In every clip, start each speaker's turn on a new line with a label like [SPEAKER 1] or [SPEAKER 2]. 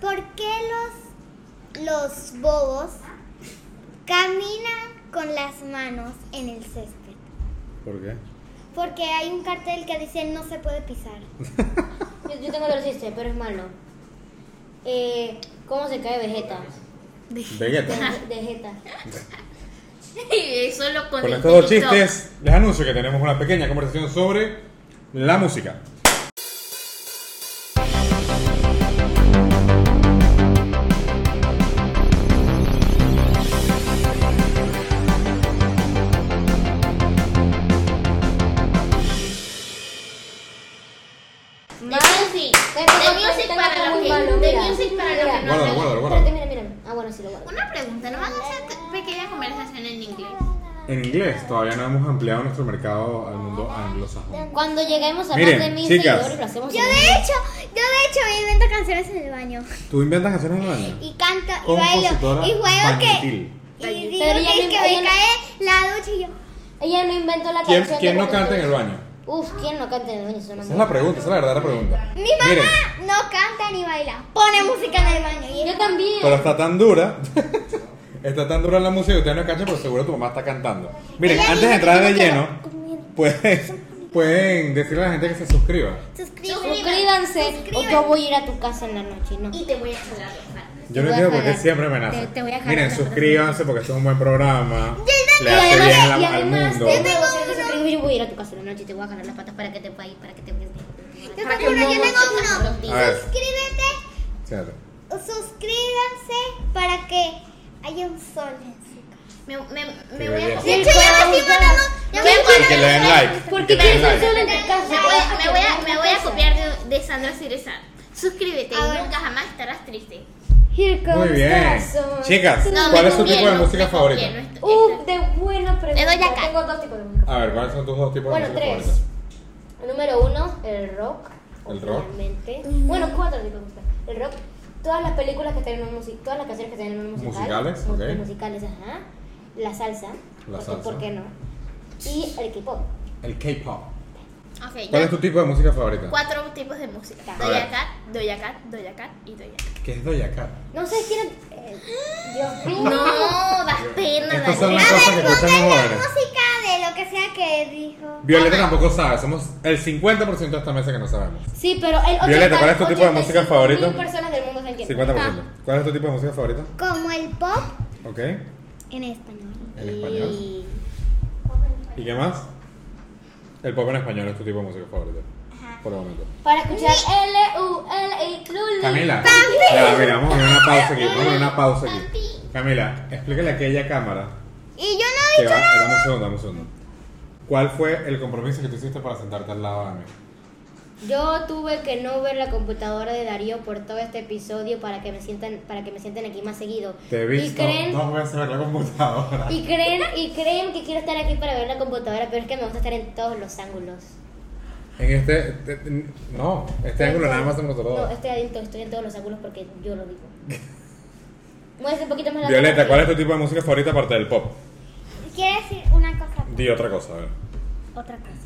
[SPEAKER 1] ¿Por qué los, los bobos caminan con las manos en el césped?
[SPEAKER 2] ¿Por qué?
[SPEAKER 1] Porque hay un cartel que dice no se puede pisar.
[SPEAKER 3] Yo, yo tengo otro chiste, pero es malo. Eh, ¿Cómo se cae Vegeta?
[SPEAKER 2] Vegeta.
[SPEAKER 3] Vegeta.
[SPEAKER 4] Solo con,
[SPEAKER 2] Con
[SPEAKER 4] el
[SPEAKER 2] estos dos
[SPEAKER 4] TikTok.
[SPEAKER 2] chistes, les anuncio que tenemos una pequeña conversación sobre la música.
[SPEAKER 4] Más-
[SPEAKER 3] Music.
[SPEAKER 4] The music para los que- the music para los que no
[SPEAKER 2] Guárdalo,
[SPEAKER 4] hablan.
[SPEAKER 2] guárdalo,
[SPEAKER 3] Espérate,
[SPEAKER 2] guárdalo.
[SPEAKER 3] mira, mira. Ah, bueno, sí lo guardo.
[SPEAKER 4] Una pregunta, ¿no van a hacer pequeña conversación en inglés?
[SPEAKER 2] En inglés todavía no hemos ampliado nuestro mercado al mundo anglosajón.
[SPEAKER 3] Cuando lleguemos a
[SPEAKER 2] Miren,
[SPEAKER 3] más de mil
[SPEAKER 2] chicas.
[SPEAKER 3] seguidores, lo hacemos
[SPEAKER 1] Yo
[SPEAKER 3] en
[SPEAKER 1] de hecho, yo de hecho me invento canciones en el baño
[SPEAKER 2] ¿Tú inventas canciones en el baño?
[SPEAKER 1] y canto y bailo
[SPEAKER 2] Compositora
[SPEAKER 1] y juego que
[SPEAKER 2] infantil.
[SPEAKER 1] y digo
[SPEAKER 3] Pero ella
[SPEAKER 1] que, es
[SPEAKER 3] no-
[SPEAKER 1] que me
[SPEAKER 3] ella no-
[SPEAKER 1] cae la ducha y yo
[SPEAKER 3] Ella no inventó la
[SPEAKER 2] ¿Quién,
[SPEAKER 3] canción.
[SPEAKER 2] quién
[SPEAKER 3] de
[SPEAKER 2] no canta en el baño?
[SPEAKER 3] Uf, ¿quién no canta en el baño? Eso no
[SPEAKER 2] Esa
[SPEAKER 3] me-
[SPEAKER 2] es la pregunta, esa es la verdadera pregunta.
[SPEAKER 1] mi mamá
[SPEAKER 2] Miren,
[SPEAKER 1] no canta ni baila, pone música en el baño y
[SPEAKER 3] Yo también.
[SPEAKER 2] pero está tan dura. está tan dura la música que ustedes no cantan, pero seguro tu mamá está cantando. Miren,
[SPEAKER 1] Ella
[SPEAKER 2] antes
[SPEAKER 1] dice
[SPEAKER 2] de
[SPEAKER 1] que
[SPEAKER 2] entrar de
[SPEAKER 1] tiene que
[SPEAKER 2] lleno, pueden, pueden decirle a la gente que se suscriba.
[SPEAKER 1] suscríbete.
[SPEAKER 3] Suscríbanse o yo voy a ir a tu casa en la noche. No.
[SPEAKER 4] Y te voy a hacer la ropa.
[SPEAKER 2] Yo no
[SPEAKER 3] Te voy a
[SPEAKER 2] entiendo por qué
[SPEAKER 3] jalar.
[SPEAKER 2] siempre amenazan.
[SPEAKER 3] Te- te voy a jalar
[SPEAKER 2] Miren,
[SPEAKER 3] la próxima.
[SPEAKER 2] suscríbanse porque esto es un buen programa.
[SPEAKER 1] también.
[SPEAKER 2] Le
[SPEAKER 1] Y
[SPEAKER 2] hace
[SPEAKER 1] además-
[SPEAKER 2] bien al-
[SPEAKER 3] y
[SPEAKER 2] al
[SPEAKER 3] además,
[SPEAKER 2] mundo.
[SPEAKER 3] yo tengo uno. Yo voy a ir a tu casa en la noche y te voy a jalar las patas para que te vayas, para que te vayas.
[SPEAKER 1] Yo
[SPEAKER 3] Para que
[SPEAKER 1] tengo uno,
[SPEAKER 3] no
[SPEAKER 1] yo tengo
[SPEAKER 3] vayas
[SPEAKER 1] uno.
[SPEAKER 3] a los días.
[SPEAKER 2] A ver.
[SPEAKER 1] Suscríbete,
[SPEAKER 2] Siéntate.
[SPEAKER 1] suscríbanse para que haya un sol en su casa.
[SPEAKER 4] Me, me,
[SPEAKER 2] Qué
[SPEAKER 4] me voy a
[SPEAKER 1] De
[SPEAKER 2] belleza.
[SPEAKER 4] comer.
[SPEAKER 1] hecho ya me estoy mandando, ya me estoy
[SPEAKER 4] ¿Qué?
[SPEAKER 2] Y pues, que le den like.
[SPEAKER 3] ¿Por
[SPEAKER 2] y que
[SPEAKER 3] qué
[SPEAKER 2] le den
[SPEAKER 3] quieres un
[SPEAKER 2] like.
[SPEAKER 3] solo en tu casa?
[SPEAKER 4] Me voy, a- me voy a, me voy a copiar de, de Sandra Cirezar. Suscríbete
[SPEAKER 1] A ver.
[SPEAKER 4] y nunca jamás estarás triste.
[SPEAKER 3] Here comes
[SPEAKER 2] Muy bien.
[SPEAKER 3] corazón.
[SPEAKER 2] Chicas,
[SPEAKER 4] No,
[SPEAKER 2] ¿cuál
[SPEAKER 4] me
[SPEAKER 2] es tu tipo de
[SPEAKER 4] conviene,
[SPEAKER 2] música
[SPEAKER 4] me
[SPEAKER 2] favorita?
[SPEAKER 4] conviene, esto-
[SPEAKER 3] Uh,
[SPEAKER 4] esto-
[SPEAKER 3] de buena pregunta.
[SPEAKER 4] Le doy acá.
[SPEAKER 3] Tengo dos tipos de música.
[SPEAKER 2] A ver, ¿cuáles son tus dos tipos
[SPEAKER 3] Bueno,
[SPEAKER 2] de música
[SPEAKER 3] tres.
[SPEAKER 2] favoritas?
[SPEAKER 3] Número uno, el rock.
[SPEAKER 2] El rock.
[SPEAKER 3] obviamente. Bueno, cuatro tipos de música. El rock, todas las películas que tienen un musical, todas las canciones que tienen un musical.
[SPEAKER 2] Musicales,
[SPEAKER 3] Mu-
[SPEAKER 2] ok.
[SPEAKER 3] Musicales, ajá. La salsa.
[SPEAKER 2] La
[SPEAKER 3] porque,
[SPEAKER 2] salsa.
[SPEAKER 3] ¿Por qué no? Y el K-pop.
[SPEAKER 2] El K-pop.
[SPEAKER 4] Ok, ya.
[SPEAKER 2] ¿Cuál es tu tipo de música favorita?
[SPEAKER 4] Cuatro tipos de música.
[SPEAKER 3] A
[SPEAKER 2] ver.
[SPEAKER 4] Doya Cat, Doya Cat, Doya Cat y Doya Cat.
[SPEAKER 2] ¿Qué es Doja Cat?
[SPEAKER 3] No sé, quieren... eh, Dios mío.
[SPEAKER 4] No, das pena,
[SPEAKER 2] Estas
[SPEAKER 4] das
[SPEAKER 2] son las
[SPEAKER 4] pena.
[SPEAKER 2] cosas que escuchan los jóvenes.
[SPEAKER 1] música de lo que sea que dijo.
[SPEAKER 2] Violeta tampoco sabe, somos el 50% de esta mesa que no sabemos.
[SPEAKER 3] Sí, pero el 80,
[SPEAKER 2] Violeta, ¿cuál es tu tipo de música favorito?
[SPEAKER 3] Mil personas del mundo se entienden.
[SPEAKER 2] 50%.
[SPEAKER 3] Ah.
[SPEAKER 2] ¿Cuál es tu tipo de música favorita?
[SPEAKER 1] Como el pop
[SPEAKER 2] Ok.
[SPEAKER 1] en español.
[SPEAKER 2] En español.
[SPEAKER 3] Y...
[SPEAKER 2] ¿Y qué más? El pop en español es tu tipo de música favorita. Por el momento.
[SPEAKER 3] Para escuchar L U L I Luli.
[SPEAKER 2] Camila, ya, mira, vamos a poner una pausa aquí, vamos a poner una pausa aquí. Camila, explícale a aquella cámara
[SPEAKER 1] Y yo
[SPEAKER 2] que
[SPEAKER 1] no he dicho
[SPEAKER 2] va, eh, dame un segundo, dame un segundo. ¿Cuál fue el compromiso que tú hiciste para sentarte al lado de mí?
[SPEAKER 3] Yo tuve que no ver la computadora de Darío por todo este episodio para que me sientan para que me sienten aquí más seguido.
[SPEAKER 2] Te he
[SPEAKER 3] Y
[SPEAKER 2] visto
[SPEAKER 3] creen
[SPEAKER 2] dos veces ver la computadora.
[SPEAKER 3] y creen y creen que quiero estar aquí para ver la computadora, pero es que me gusta estar en todos los ángulos.
[SPEAKER 2] En este, este- no, este ángulo nada más somos nosotros
[SPEAKER 3] No,
[SPEAKER 2] dos.
[SPEAKER 3] estoy adentro, estoy en todos los ángulos porque yo lo digo. Muévete un poquito más la
[SPEAKER 2] Violeta,
[SPEAKER 3] cámara.
[SPEAKER 2] ¿cuál es tu tipo de música favorita aparte del pop?
[SPEAKER 1] Quiero decir una cosa.
[SPEAKER 2] Di otra cosa, a ver.
[SPEAKER 1] Otra cosa.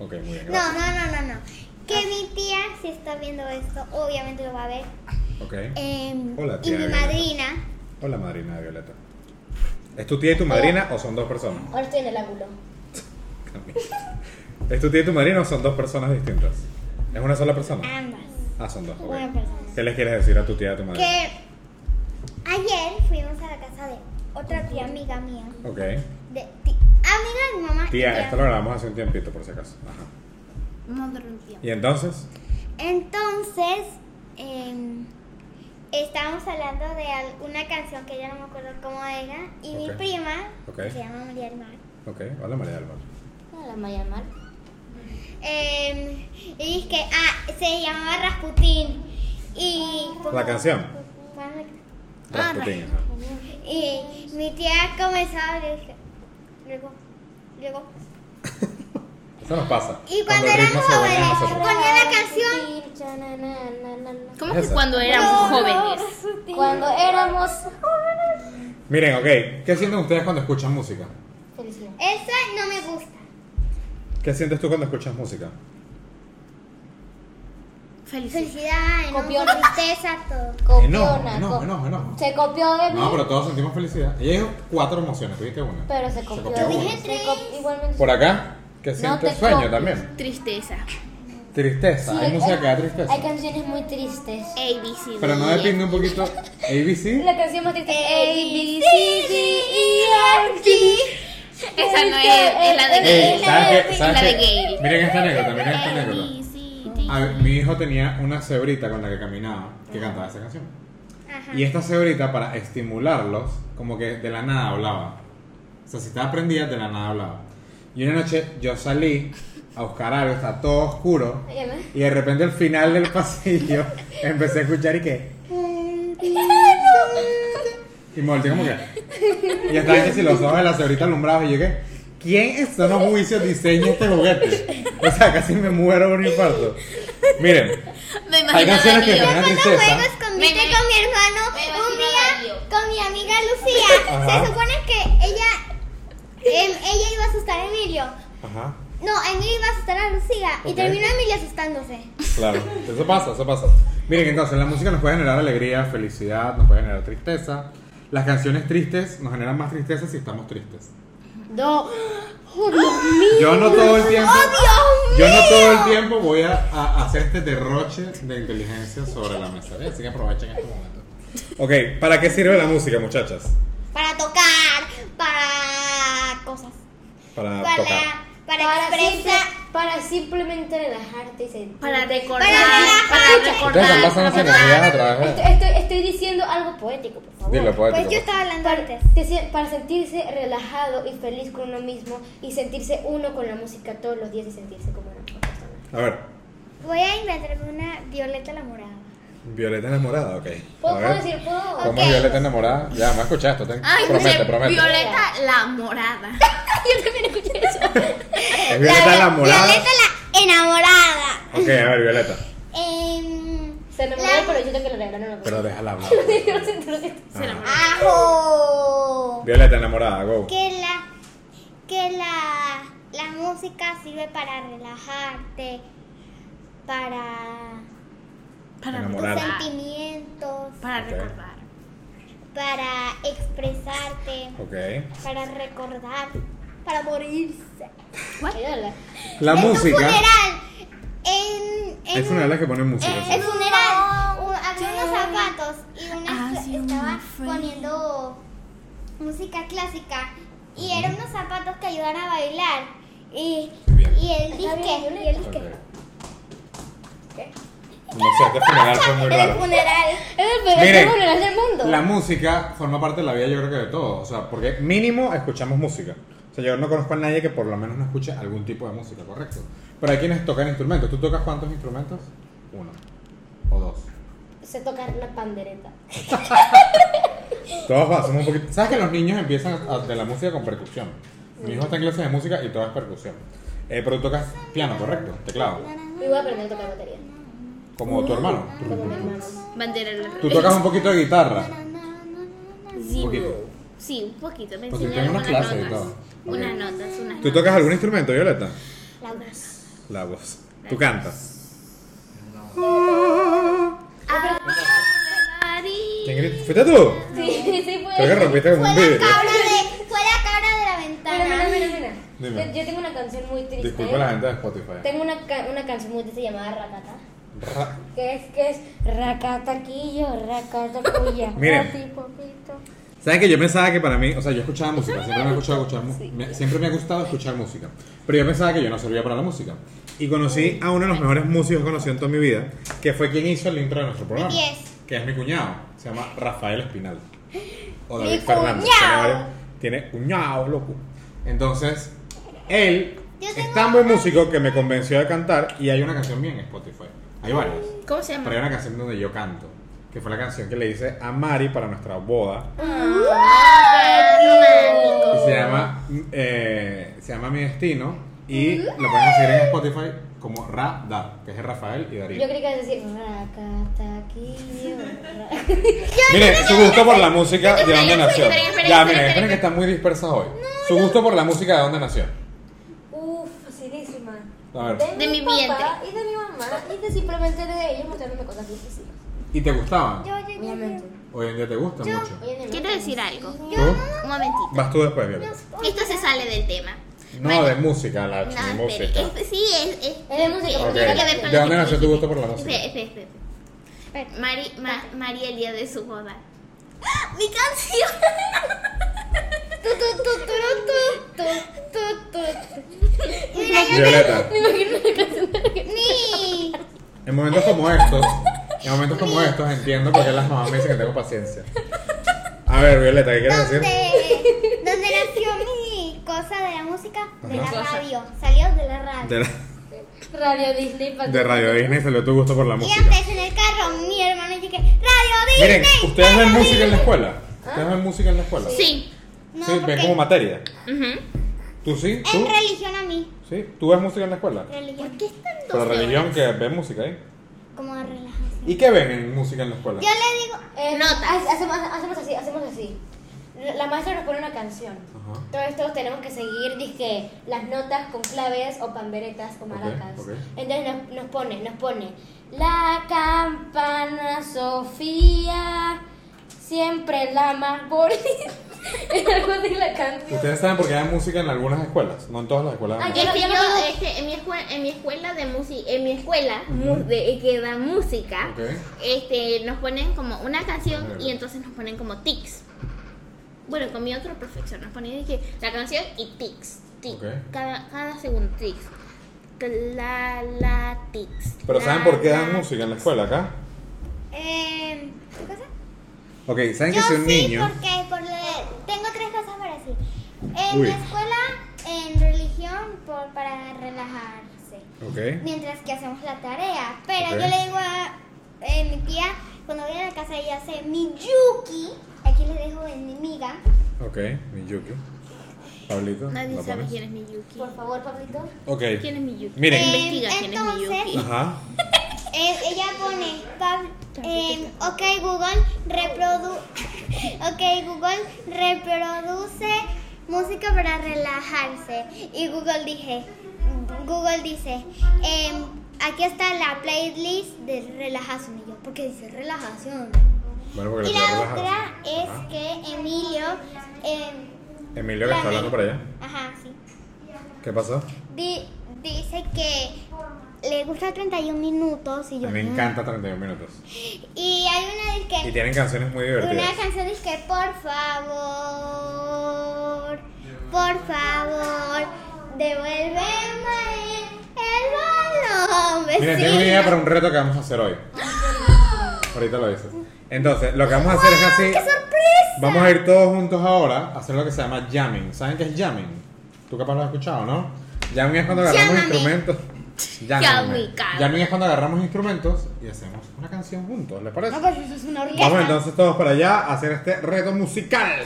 [SPEAKER 2] Ok, muy bien.
[SPEAKER 1] No,
[SPEAKER 2] Gracias.
[SPEAKER 1] no, no, no, no. Que mi tía, si está viendo esto, obviamente lo va a ver.
[SPEAKER 2] Ok.
[SPEAKER 1] Em,
[SPEAKER 2] Hola,
[SPEAKER 1] y
[SPEAKER 2] tía
[SPEAKER 1] mi
[SPEAKER 2] Violeta.
[SPEAKER 1] madrina.
[SPEAKER 2] Hola, madrina de Violeta. ¿Es tu tía y tu
[SPEAKER 3] Eh.
[SPEAKER 2] madrina o son dos personas?
[SPEAKER 3] Ahora estoy en el ángulo.
[SPEAKER 2] ¿Es tu tía y tu madrina o son dos personas distintas? ¿Es una sola persona?
[SPEAKER 1] Ambas.
[SPEAKER 2] Ah, son dos. ok.
[SPEAKER 1] Una persona.
[SPEAKER 2] ¿Qué les quieres decir a tu tía y a tu madrina?
[SPEAKER 1] Que ayer fuimos a la casa de otra tía amiga mía.
[SPEAKER 2] Ok.
[SPEAKER 1] De, ti- amiga de mi mamá. y
[SPEAKER 2] Tía,
[SPEAKER 1] tía
[SPEAKER 2] esto lo grabamos hace un tiempito, por si acaso. Ajá. ¿Y entonces?
[SPEAKER 1] Entonces, em, estábamos hablando de al- una canción que ya no me acuerdo cómo era. Y mi
[SPEAKER 2] Ok.
[SPEAKER 1] prima,
[SPEAKER 2] Ok.
[SPEAKER 1] que se llama María del Mar,
[SPEAKER 2] Ok. Hola, María del Mar.
[SPEAKER 3] Hola, Maya Mar.
[SPEAKER 1] em, y dije que ah, se llamaba Rasputín. Y,
[SPEAKER 2] ¿La canción?
[SPEAKER 1] Ah,
[SPEAKER 2] Rasputín. ajá.
[SPEAKER 1] y mi tía comenzó a hablar. y dije, Luego, luego.
[SPEAKER 2] Eso nos pasa.
[SPEAKER 1] Y cuando éramos
[SPEAKER 2] vuelve
[SPEAKER 1] jóvenes,
[SPEAKER 2] nosotros.
[SPEAKER 1] Ponía la canción.
[SPEAKER 4] ¿Cómo que
[SPEAKER 2] Esa.
[SPEAKER 4] cuando éramos jóvenes?
[SPEAKER 3] Cuando éramos
[SPEAKER 2] Miren, ok, ¿qué sienten ustedes cuando escuchan música?
[SPEAKER 3] felicidad.
[SPEAKER 1] Esa no me gusta.
[SPEAKER 2] ¿Qué sientes tú cuando escuchas música?
[SPEAKER 4] Felicidad.
[SPEAKER 1] Felicidad, enojo,
[SPEAKER 3] Copiona.
[SPEAKER 1] tristeza, todo.
[SPEAKER 3] Copiona.
[SPEAKER 2] Enojo,
[SPEAKER 3] co-
[SPEAKER 2] enojo, enojo.
[SPEAKER 3] Se copió de mí.
[SPEAKER 2] No, pero todos sentimos felicidad. Ella dijo cuatro emociones, tú dijiste una.
[SPEAKER 3] pero se copió.
[SPEAKER 2] copió
[SPEAKER 3] de mí.
[SPEAKER 2] una.
[SPEAKER 3] Se cop- igualmente.
[SPEAKER 2] Por acá, que siente
[SPEAKER 3] te
[SPEAKER 2] sueño
[SPEAKER 3] copies.
[SPEAKER 2] también.
[SPEAKER 4] Tristeza.
[SPEAKER 2] Tristeza,
[SPEAKER 3] Sí,
[SPEAKER 2] hay música
[SPEAKER 3] hay-
[SPEAKER 2] que da tristeza.
[SPEAKER 3] Hay canciones muy tristes.
[SPEAKER 4] A, B, C, D.
[SPEAKER 2] Pero no
[SPEAKER 4] E.
[SPEAKER 2] depende un poquito. ABC.
[SPEAKER 3] La canción más triste es
[SPEAKER 1] A,
[SPEAKER 3] A, B, C, D, E, F, G.
[SPEAKER 4] Esa no es, es la de
[SPEAKER 2] Ey,
[SPEAKER 4] Gay.
[SPEAKER 2] Eh, ¿sabes qué?
[SPEAKER 4] Es
[SPEAKER 2] ¿sabes
[SPEAKER 4] la de
[SPEAKER 2] qué?
[SPEAKER 4] Gay.
[SPEAKER 2] Miren esta anécdota, miren esta
[SPEAKER 4] A,
[SPEAKER 2] anécdota.
[SPEAKER 4] B, C, D.
[SPEAKER 2] A ver, mi hijo tenía una cebrita con la que caminaba que cantaba esa canción.
[SPEAKER 1] Ajá.
[SPEAKER 2] Y esta cebrita, para estimularlos, como que de la nada hablaba. O sea, si estaba prendida, de la nada hablaba. Y una noche yo salí a buscar algo, está todo oscuro.
[SPEAKER 3] Óyeme.
[SPEAKER 2] Y de repente al final del pasillo empecé a escuchar y que. Y me volteé como que. Y estaban que si los ojos de la cebrita alumbrados y yo que. ¿Quién en sano juicio diseña este juguete? O sea, casi me muero por un infarto. Miren,
[SPEAKER 4] Me
[SPEAKER 2] hay
[SPEAKER 4] imagino a
[SPEAKER 2] canciones que me
[SPEAKER 4] Darío.
[SPEAKER 2] dan
[SPEAKER 1] Cuando
[SPEAKER 2] tristeza.
[SPEAKER 1] juego escondite
[SPEAKER 4] Me- me-
[SPEAKER 1] con mi hermano
[SPEAKER 4] me imagino
[SPEAKER 1] un
[SPEAKER 4] a
[SPEAKER 1] día
[SPEAKER 4] Darío.
[SPEAKER 1] con mi amiga Lucía,
[SPEAKER 2] Ajá.
[SPEAKER 1] se supone que ella em, ella iba a asustar a Emilio.
[SPEAKER 2] Ajá,
[SPEAKER 1] No, Emilio iba a asustar a Lucía y
[SPEAKER 2] Ok.
[SPEAKER 1] terminó Emilio asustándose.
[SPEAKER 2] claro. Eso pasa, eso pasa. Miren, entonces, la música nos puede generar alegría, felicidad, nos puede generar tristeza. Las canciones tristes nos generan más tristeza si estamos tristes.
[SPEAKER 3] No. Oh, Dios mío.
[SPEAKER 2] Yo no todo el tiempo.
[SPEAKER 1] ¡Oh, Dios
[SPEAKER 2] Yo no todo el
[SPEAKER 1] mío!
[SPEAKER 2] tiempo voy a, a hacer este derroche de inteligencia sobre la mesa. ¿eh? Así que aprovechen este momento. Ok, ¿para qué sirve la música, muchachas?
[SPEAKER 1] Para tocar, para cosas.
[SPEAKER 2] Para
[SPEAKER 1] Para,
[SPEAKER 2] tocar.
[SPEAKER 1] para,
[SPEAKER 3] simple-
[SPEAKER 1] expresar.
[SPEAKER 3] para simplemente relajarte y sentir.
[SPEAKER 4] Para recordar.
[SPEAKER 1] Para
[SPEAKER 4] Para
[SPEAKER 1] relajar. Pues
[SPEAKER 2] Ustedes están
[SPEAKER 4] recordar.
[SPEAKER 2] pasando las energías a través
[SPEAKER 3] Estoy,
[SPEAKER 2] de.
[SPEAKER 3] estoy, estoy diciendo algo poético, por favor.
[SPEAKER 2] Dilo, poético.
[SPEAKER 1] Pues yo estaba hablando
[SPEAKER 3] Para,
[SPEAKER 1] antes.
[SPEAKER 3] te sien- para sentirse relajado y feliz con uno mismo y sentirse uno con la música todos los días y sentirse como una persona.
[SPEAKER 2] A ver,
[SPEAKER 1] Voy a inventarme una Violeta la Morada.
[SPEAKER 2] Violeta enamorada, ok. A
[SPEAKER 3] ¿Puedo,
[SPEAKER 2] ver.
[SPEAKER 3] puedo decir, puedo?
[SPEAKER 2] ¿Cómo
[SPEAKER 1] Ok.
[SPEAKER 2] es Violeta enamorada? Ya, me escuchaste, te
[SPEAKER 4] Ay,
[SPEAKER 2] promete,
[SPEAKER 4] escuché
[SPEAKER 2] promete. Ah,
[SPEAKER 4] Violeta la morada.
[SPEAKER 3] Yo también escuché eso.
[SPEAKER 2] Es Violeta la morada.
[SPEAKER 1] Violeta la enamorada.
[SPEAKER 2] Ok, a ver, Violeta.
[SPEAKER 1] Em,
[SPEAKER 3] Se enamoró,
[SPEAKER 1] La-
[SPEAKER 3] pero yo tengo que lo regalaron. No, lo
[SPEAKER 2] Pero déjala hablar. Ah.
[SPEAKER 3] Yo lo siento, lo siento.
[SPEAKER 4] Se enamoró.
[SPEAKER 1] ajo.
[SPEAKER 2] Violeta enamorada, go.
[SPEAKER 1] que la que la la música sirve para relajarte para
[SPEAKER 4] Para
[SPEAKER 2] Enamorada.
[SPEAKER 1] tus
[SPEAKER 2] Claro.
[SPEAKER 1] sentimientos
[SPEAKER 4] Para
[SPEAKER 2] Ok.
[SPEAKER 4] recordar.
[SPEAKER 1] para expresarte
[SPEAKER 2] Ok.
[SPEAKER 1] para recordar para morirse
[SPEAKER 3] Ayúdala.
[SPEAKER 2] La
[SPEAKER 1] en tu
[SPEAKER 2] música
[SPEAKER 1] funeral en, en
[SPEAKER 2] es una de las que pone música.
[SPEAKER 1] en-
[SPEAKER 2] sí.
[SPEAKER 1] en Eh, funeral un- había unos zapatos y una
[SPEAKER 3] Ah,
[SPEAKER 4] As you
[SPEAKER 1] estaba
[SPEAKER 4] fade.
[SPEAKER 1] poniendo música clásica y eran unos zapatos que ayudan a bailar y,
[SPEAKER 2] Bien.
[SPEAKER 1] y el
[SPEAKER 3] Está bien,
[SPEAKER 1] disque y el disque
[SPEAKER 2] Ok. No sé, este funeral fue muy
[SPEAKER 1] El
[SPEAKER 2] raro.
[SPEAKER 1] funeral.
[SPEAKER 3] Es el peor
[SPEAKER 2] Miren,
[SPEAKER 3] funeral del mundo.
[SPEAKER 2] La música forma parte de la vida, yo creo que de todo. O sea, porque mínimo escuchamos música. O sea, yo no conozco a nadie que por lo menos no escuche algún tipo de música, correcto. Pero hay quienes tocan instrumentos. ¿Tú tocas cuántos instrumentos? Uno. O dos.
[SPEAKER 3] Se toca la pandereta.
[SPEAKER 2] Todos hacemos un poquito. ¿Sabes que los niños empiezan a- de la música con percusión? Mi hijo está en clases de música y todo es percusión. Eh, pero tú tocas piano, correcto, teclado.
[SPEAKER 3] Y voy a aprender a tocar batería.
[SPEAKER 2] Como tu hermano.
[SPEAKER 3] Como mi hermano.
[SPEAKER 4] Bandera de la
[SPEAKER 2] Tú tocas un poquito de guitarra.
[SPEAKER 4] Sí,
[SPEAKER 2] poquito.
[SPEAKER 4] Sí, un poquito. Me
[SPEAKER 2] Porque
[SPEAKER 4] enseñaron
[SPEAKER 2] tengo
[SPEAKER 4] unas
[SPEAKER 2] una clase y
[SPEAKER 4] notas.
[SPEAKER 2] todo.
[SPEAKER 4] Unas
[SPEAKER 2] Ok.
[SPEAKER 4] notas, unas
[SPEAKER 2] ¿Tú
[SPEAKER 4] notas.
[SPEAKER 2] tocas algún instrumento, Violeta?
[SPEAKER 1] La voz.
[SPEAKER 2] La voz. ¿Tú cantas? ¿Quién gritó? ¿Fuiste tú?
[SPEAKER 3] Sí, sí, pues. fue.
[SPEAKER 2] Creo que rompiste como
[SPEAKER 1] Fue
[SPEAKER 2] un
[SPEAKER 1] la
[SPEAKER 2] vidrio.
[SPEAKER 1] cabra de, fue la cabra de la
[SPEAKER 3] Mira, mira,
[SPEAKER 1] ventana.
[SPEAKER 3] mira, mira.
[SPEAKER 2] Dime.
[SPEAKER 3] Yo, yo tengo una canción muy triste.
[SPEAKER 2] Disculpa a la gente de Spotify.
[SPEAKER 3] Tengo una, ca- una canción muy triste llamada Racata.
[SPEAKER 2] Ra-
[SPEAKER 3] Que es, que es Racataquillo, Racatacuya.
[SPEAKER 2] Miren.
[SPEAKER 3] papi, popito.
[SPEAKER 2] ¿Saben que yo pensaba que para mí, o sea, yo escuchaba música, siempre me ha gustado escuchar, mu- me- siempre me ha gustado escuchar música, pero yo pensaba que yo no servía para la música. Y conocí a uno de los mejores músicos que conocí en toda mi vida, que fue quien hizo el intro de nuestro programa,
[SPEAKER 1] BTS.
[SPEAKER 2] que es mi cuñado, se llama Rafael Espinal. O
[SPEAKER 1] Mi
[SPEAKER 2] David Fernández. tiene
[SPEAKER 1] cuñado.
[SPEAKER 2] varios- Tiene cuñado, loco. Entonces, él
[SPEAKER 1] Yo
[SPEAKER 2] es
[SPEAKER 1] tengo
[SPEAKER 2] tan buen músico que me convenció de cantar y hay una canción mía en Spotify. Hay varias.
[SPEAKER 4] ¿Cómo se
[SPEAKER 2] Pero hay
[SPEAKER 4] llama?
[SPEAKER 2] una canción donde yo canto, que fue la canción que le hice a Mari para nuestra boda. Y se llama, eh, se llama Mi Destino y lo pueden conseguir en Spotify como Ra Da, que es de Rafael y Darío.
[SPEAKER 3] Yo creí que ibas a decir Racataquillo. ra-
[SPEAKER 2] Miren, su gusto por la música de
[SPEAKER 4] esperen,
[SPEAKER 2] dónde nació.
[SPEAKER 4] esperen, esperen,
[SPEAKER 2] Ya,
[SPEAKER 4] esperen,
[SPEAKER 2] miren, esperen
[SPEAKER 4] esperen.
[SPEAKER 2] que están muy dispersas hoy. Su gusto por la música de dónde nació.
[SPEAKER 3] Uf, facilísima.
[SPEAKER 2] A ver.
[SPEAKER 4] De mi
[SPEAKER 3] papá
[SPEAKER 4] vientre.
[SPEAKER 3] y de mi mamá. mamá y de simplemente de ellos mostrándome cosas difíciles.
[SPEAKER 2] ¿Y te gustaban?
[SPEAKER 1] Yo, yo, yo, yo.
[SPEAKER 3] Obviamente.
[SPEAKER 2] Hoy en día te gustan mucho.
[SPEAKER 3] Hoy en día me
[SPEAKER 4] Quiero
[SPEAKER 3] gusta
[SPEAKER 4] decir algo.
[SPEAKER 2] ¿Tú?
[SPEAKER 4] Un momentito.
[SPEAKER 2] Vas tú después, Violeta.
[SPEAKER 4] Esto se sale del tema.
[SPEAKER 2] No,
[SPEAKER 4] Bueno,
[SPEAKER 2] de música, la
[SPEAKER 4] no,
[SPEAKER 2] ch-
[SPEAKER 4] espere.
[SPEAKER 2] música.
[SPEAKER 4] Es- sí, es, es,
[SPEAKER 3] Es de música,
[SPEAKER 4] es-
[SPEAKER 3] porque
[SPEAKER 4] tiene
[SPEAKER 2] Ok.
[SPEAKER 4] que ver con
[SPEAKER 2] ¿De
[SPEAKER 4] lo
[SPEAKER 2] dónde
[SPEAKER 4] que
[SPEAKER 2] nació
[SPEAKER 4] tú
[SPEAKER 2] tu
[SPEAKER 4] dijiste.
[SPEAKER 2] gusto por la música?
[SPEAKER 4] Espere, espere, espere. Mari, ma, María el día de su boda. ¡Ah! ¡Mi canción!
[SPEAKER 3] Tu, tu, tu, tu, tu, tu, tu, tu.
[SPEAKER 1] Mira, yo
[SPEAKER 2] Violeta,
[SPEAKER 1] ni.
[SPEAKER 2] en momentos como estos, en momentos como estos entiendo por qué las mamás me dicen que tengo paciencia. A ver, Violeta, ¿qué quieres decir?
[SPEAKER 1] Donde, donde nació mi cosa de la música, de la
[SPEAKER 2] Ajá.
[SPEAKER 4] Cosa.
[SPEAKER 1] radio. Salió de la radio.
[SPEAKER 2] De,
[SPEAKER 3] Radio Disney para
[SPEAKER 2] de Radio Disney salió tu gusto por la
[SPEAKER 1] Y
[SPEAKER 2] música.
[SPEAKER 1] antes en el carro, mi hermano y dije, Radio Disney.
[SPEAKER 2] Miren, ¿ustedes ven
[SPEAKER 1] Radio
[SPEAKER 2] música en la
[SPEAKER 1] Disney".
[SPEAKER 2] escuela? ¿Ustedes ven música en la escuela?
[SPEAKER 4] Sí.
[SPEAKER 1] No,
[SPEAKER 2] Sí,
[SPEAKER 1] porque
[SPEAKER 2] ven como materia.
[SPEAKER 4] Ujú.
[SPEAKER 2] ¿Tú sí? ¿Tú?
[SPEAKER 1] en religión a mí.
[SPEAKER 2] ¿Sí? ¿Tú ves música en la escuela?
[SPEAKER 1] Religión. ¿Por qué están
[SPEAKER 2] Pero religión que ve música, ¿eh?
[SPEAKER 1] Como de relajación.
[SPEAKER 2] ¿Y qué ven en música en la escuela?
[SPEAKER 1] Yo le digo,
[SPEAKER 3] Eh,
[SPEAKER 4] Notas.
[SPEAKER 3] ha- Hacemos, hacemos así, hacemos así. La la maestra nos pone una canción.
[SPEAKER 2] Ajá.
[SPEAKER 3] Entonces todos tenemos que seguir dizque, las notas con claves o panderetas o maracas.
[SPEAKER 2] ok.
[SPEAKER 3] Entonces nos, nos pone, nos pone la campana Sofía, siempre la más bonita. Algo así la canción.
[SPEAKER 2] Ustedes saben por qué hay música en algunas escuelas, no en todas las escuelas.
[SPEAKER 3] Ah,
[SPEAKER 4] Es
[SPEAKER 3] Yo lo-
[SPEAKER 4] que
[SPEAKER 3] yo
[SPEAKER 4] yo,
[SPEAKER 3] lo hago-
[SPEAKER 4] este, en mi escuela, en mi escuela de música, en mi escuela mu- de, que da música,
[SPEAKER 2] Ok.
[SPEAKER 4] este, nos ponen como una canción
[SPEAKER 2] Ajá.
[SPEAKER 4] y entonces nos ponen como tics. Bueno, con mi otro profesor nos ponía de que la canción y tics, tics,
[SPEAKER 2] Ok.
[SPEAKER 4] cada, cada segundo tics, la la tics.
[SPEAKER 2] Pero
[SPEAKER 4] la,
[SPEAKER 2] ¿saben por qué
[SPEAKER 4] la,
[SPEAKER 1] Ah,
[SPEAKER 2] dan música en la escuela acá?
[SPEAKER 1] eh, ¿qué cosa?
[SPEAKER 2] Ok, ¿saben
[SPEAKER 1] Yo sí, porque por lo- tengo tres cosas para decir. En
[SPEAKER 2] Uy.
[SPEAKER 1] la escuela, en religión, por, para relajarse.
[SPEAKER 2] Ok.
[SPEAKER 1] Mientras que hacemos la tarea. Pero
[SPEAKER 2] Ok.
[SPEAKER 1] yo le digo a eh, mi tía, cuando voy a la casa, ella hace mi yuki. Aquí les dejo enemiga.
[SPEAKER 2] Ok, Miyuki. Pablito.
[SPEAKER 4] Nadie
[SPEAKER 2] ¿la
[SPEAKER 4] sabe
[SPEAKER 2] pones?
[SPEAKER 4] quién es Miyuki.
[SPEAKER 3] Por favor, Pablito.
[SPEAKER 2] Ok.
[SPEAKER 4] ¿Quién es Miyuki?
[SPEAKER 2] Miren.
[SPEAKER 4] Investiga quién
[SPEAKER 1] Em,
[SPEAKER 4] es
[SPEAKER 1] Entonces-
[SPEAKER 4] Miyuki.
[SPEAKER 2] Ajá.
[SPEAKER 1] Eh, ella pone, Pab- eh, ok Google, reprodu ok Google, reproduce música para relajarse. Y Google dije, Google dice, em, aquí está la playlist de relajación. Y yo, ¿por qué dice relajación?
[SPEAKER 2] Bueno, porque
[SPEAKER 1] Y
[SPEAKER 2] le
[SPEAKER 1] la
[SPEAKER 2] puedo relajar.
[SPEAKER 1] otra es
[SPEAKER 2] Ajá.
[SPEAKER 1] que Emilio, em,
[SPEAKER 2] Emilio que está
[SPEAKER 1] la-
[SPEAKER 2] hablando por allá.
[SPEAKER 1] Ajá, sí.
[SPEAKER 2] ¿Qué pasó?
[SPEAKER 1] Di- dice que le gusta 31 minutos y yo...
[SPEAKER 2] Me
[SPEAKER 1] "Mm".
[SPEAKER 2] encanta 31 minutos.
[SPEAKER 1] Y hay una del que...
[SPEAKER 2] Y tienen canciones muy
[SPEAKER 1] Una
[SPEAKER 2] divertidas.
[SPEAKER 1] canción dice que por favor, por favor, devuélveme el balón.
[SPEAKER 2] Miren, tengo una idea para
[SPEAKER 1] vecino.
[SPEAKER 2] un reto que vamos a hacer hoy. Ahorita lo dices. Entonces, lo que vamos a hacer es así.
[SPEAKER 1] ¡Qué sorpresa!
[SPEAKER 2] Vamos a ir todos juntos ahora a hacer lo que se llama jamming. ¿Saben qué es jamming? Tú capaz lo has escuchado, ¿no? Jamming es cuando agarramos
[SPEAKER 4] Llámame.
[SPEAKER 2] instrumentos. Llámame.
[SPEAKER 4] Llámame, cara.
[SPEAKER 2] Jamming es cuando agarramos instrumentos y hacemos una canción juntos, ¿les parece?
[SPEAKER 1] No, pues eso es una orquesta.
[SPEAKER 2] Vamos entonces todos para allá a hacer este reto musical.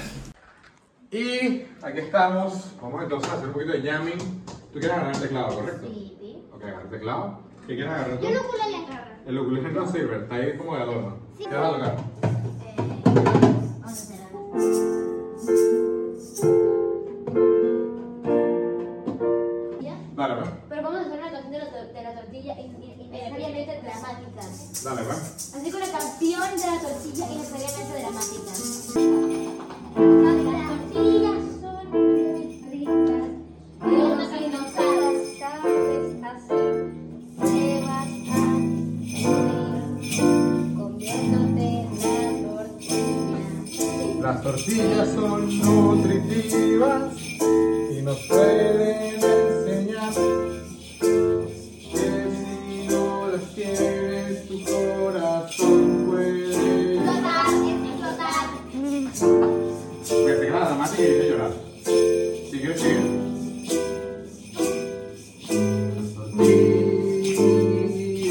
[SPEAKER 2] Y aquí estamos. Vamos entonces a hacer un poquito de jamming. Tú quieres agarrar el teclado, ¿correcto?
[SPEAKER 3] Sí.
[SPEAKER 2] Ok, agarrar el teclado. ¿Qué quieres agarrar tú?
[SPEAKER 1] Yo no culé la garra.
[SPEAKER 2] El ukulele no sirve, está ahí como de adorno. ¿Qué vas a tocar? Dale, pues.
[SPEAKER 3] Pero vamos a hacer una canción de la, tor- de la tortilla y- y- y necesariamente dramática.
[SPEAKER 2] Dale, pues.
[SPEAKER 3] Así con la canción de la tortilla y necesariamente dramática. Las tortillas son muy ricas, pero no son inocadas, sabes hacer. Te vas a morir comiéndote la tortilla.
[SPEAKER 2] Las tortillas son nutritivas y nos pueden enseñar que si no las quieres tu corazón puede
[SPEAKER 3] Explotar, explotar.
[SPEAKER 2] Porque te queda la dramática y yo quiero llorar. Si quieres seguir.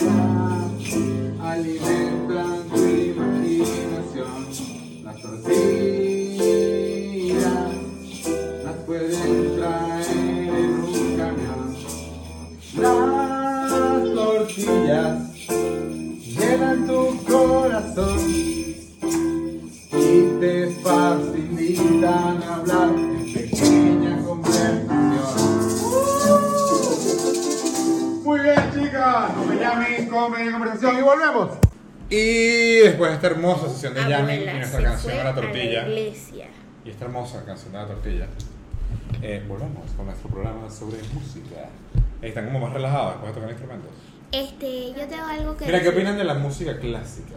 [SPEAKER 2] Tortillas alimentan tu imaginación. Las tortillas las pueden traer en un camión. Las tortillas llenan tu corazón y te facilitan hablar en pequeña conversación. Muy bien, chicas, no me llamen. cinco hombres en conversación y volvemos. Y después de esta hermosa sesión de Yami y
[SPEAKER 4] Abuela
[SPEAKER 2] nuestra
[SPEAKER 4] se
[SPEAKER 2] canción
[SPEAKER 4] fue
[SPEAKER 2] de la tortilla.
[SPEAKER 4] A la iglesia.
[SPEAKER 2] Y esta hermosa canción de la tortilla. Eh, volvemos con nuestro programa sobre música. Eh, están como más relajadas con tocar instrumentos.
[SPEAKER 1] Este, yo tengo algo que
[SPEAKER 2] Mira, ¿qué
[SPEAKER 1] decir.
[SPEAKER 2] opinan de la música clásica?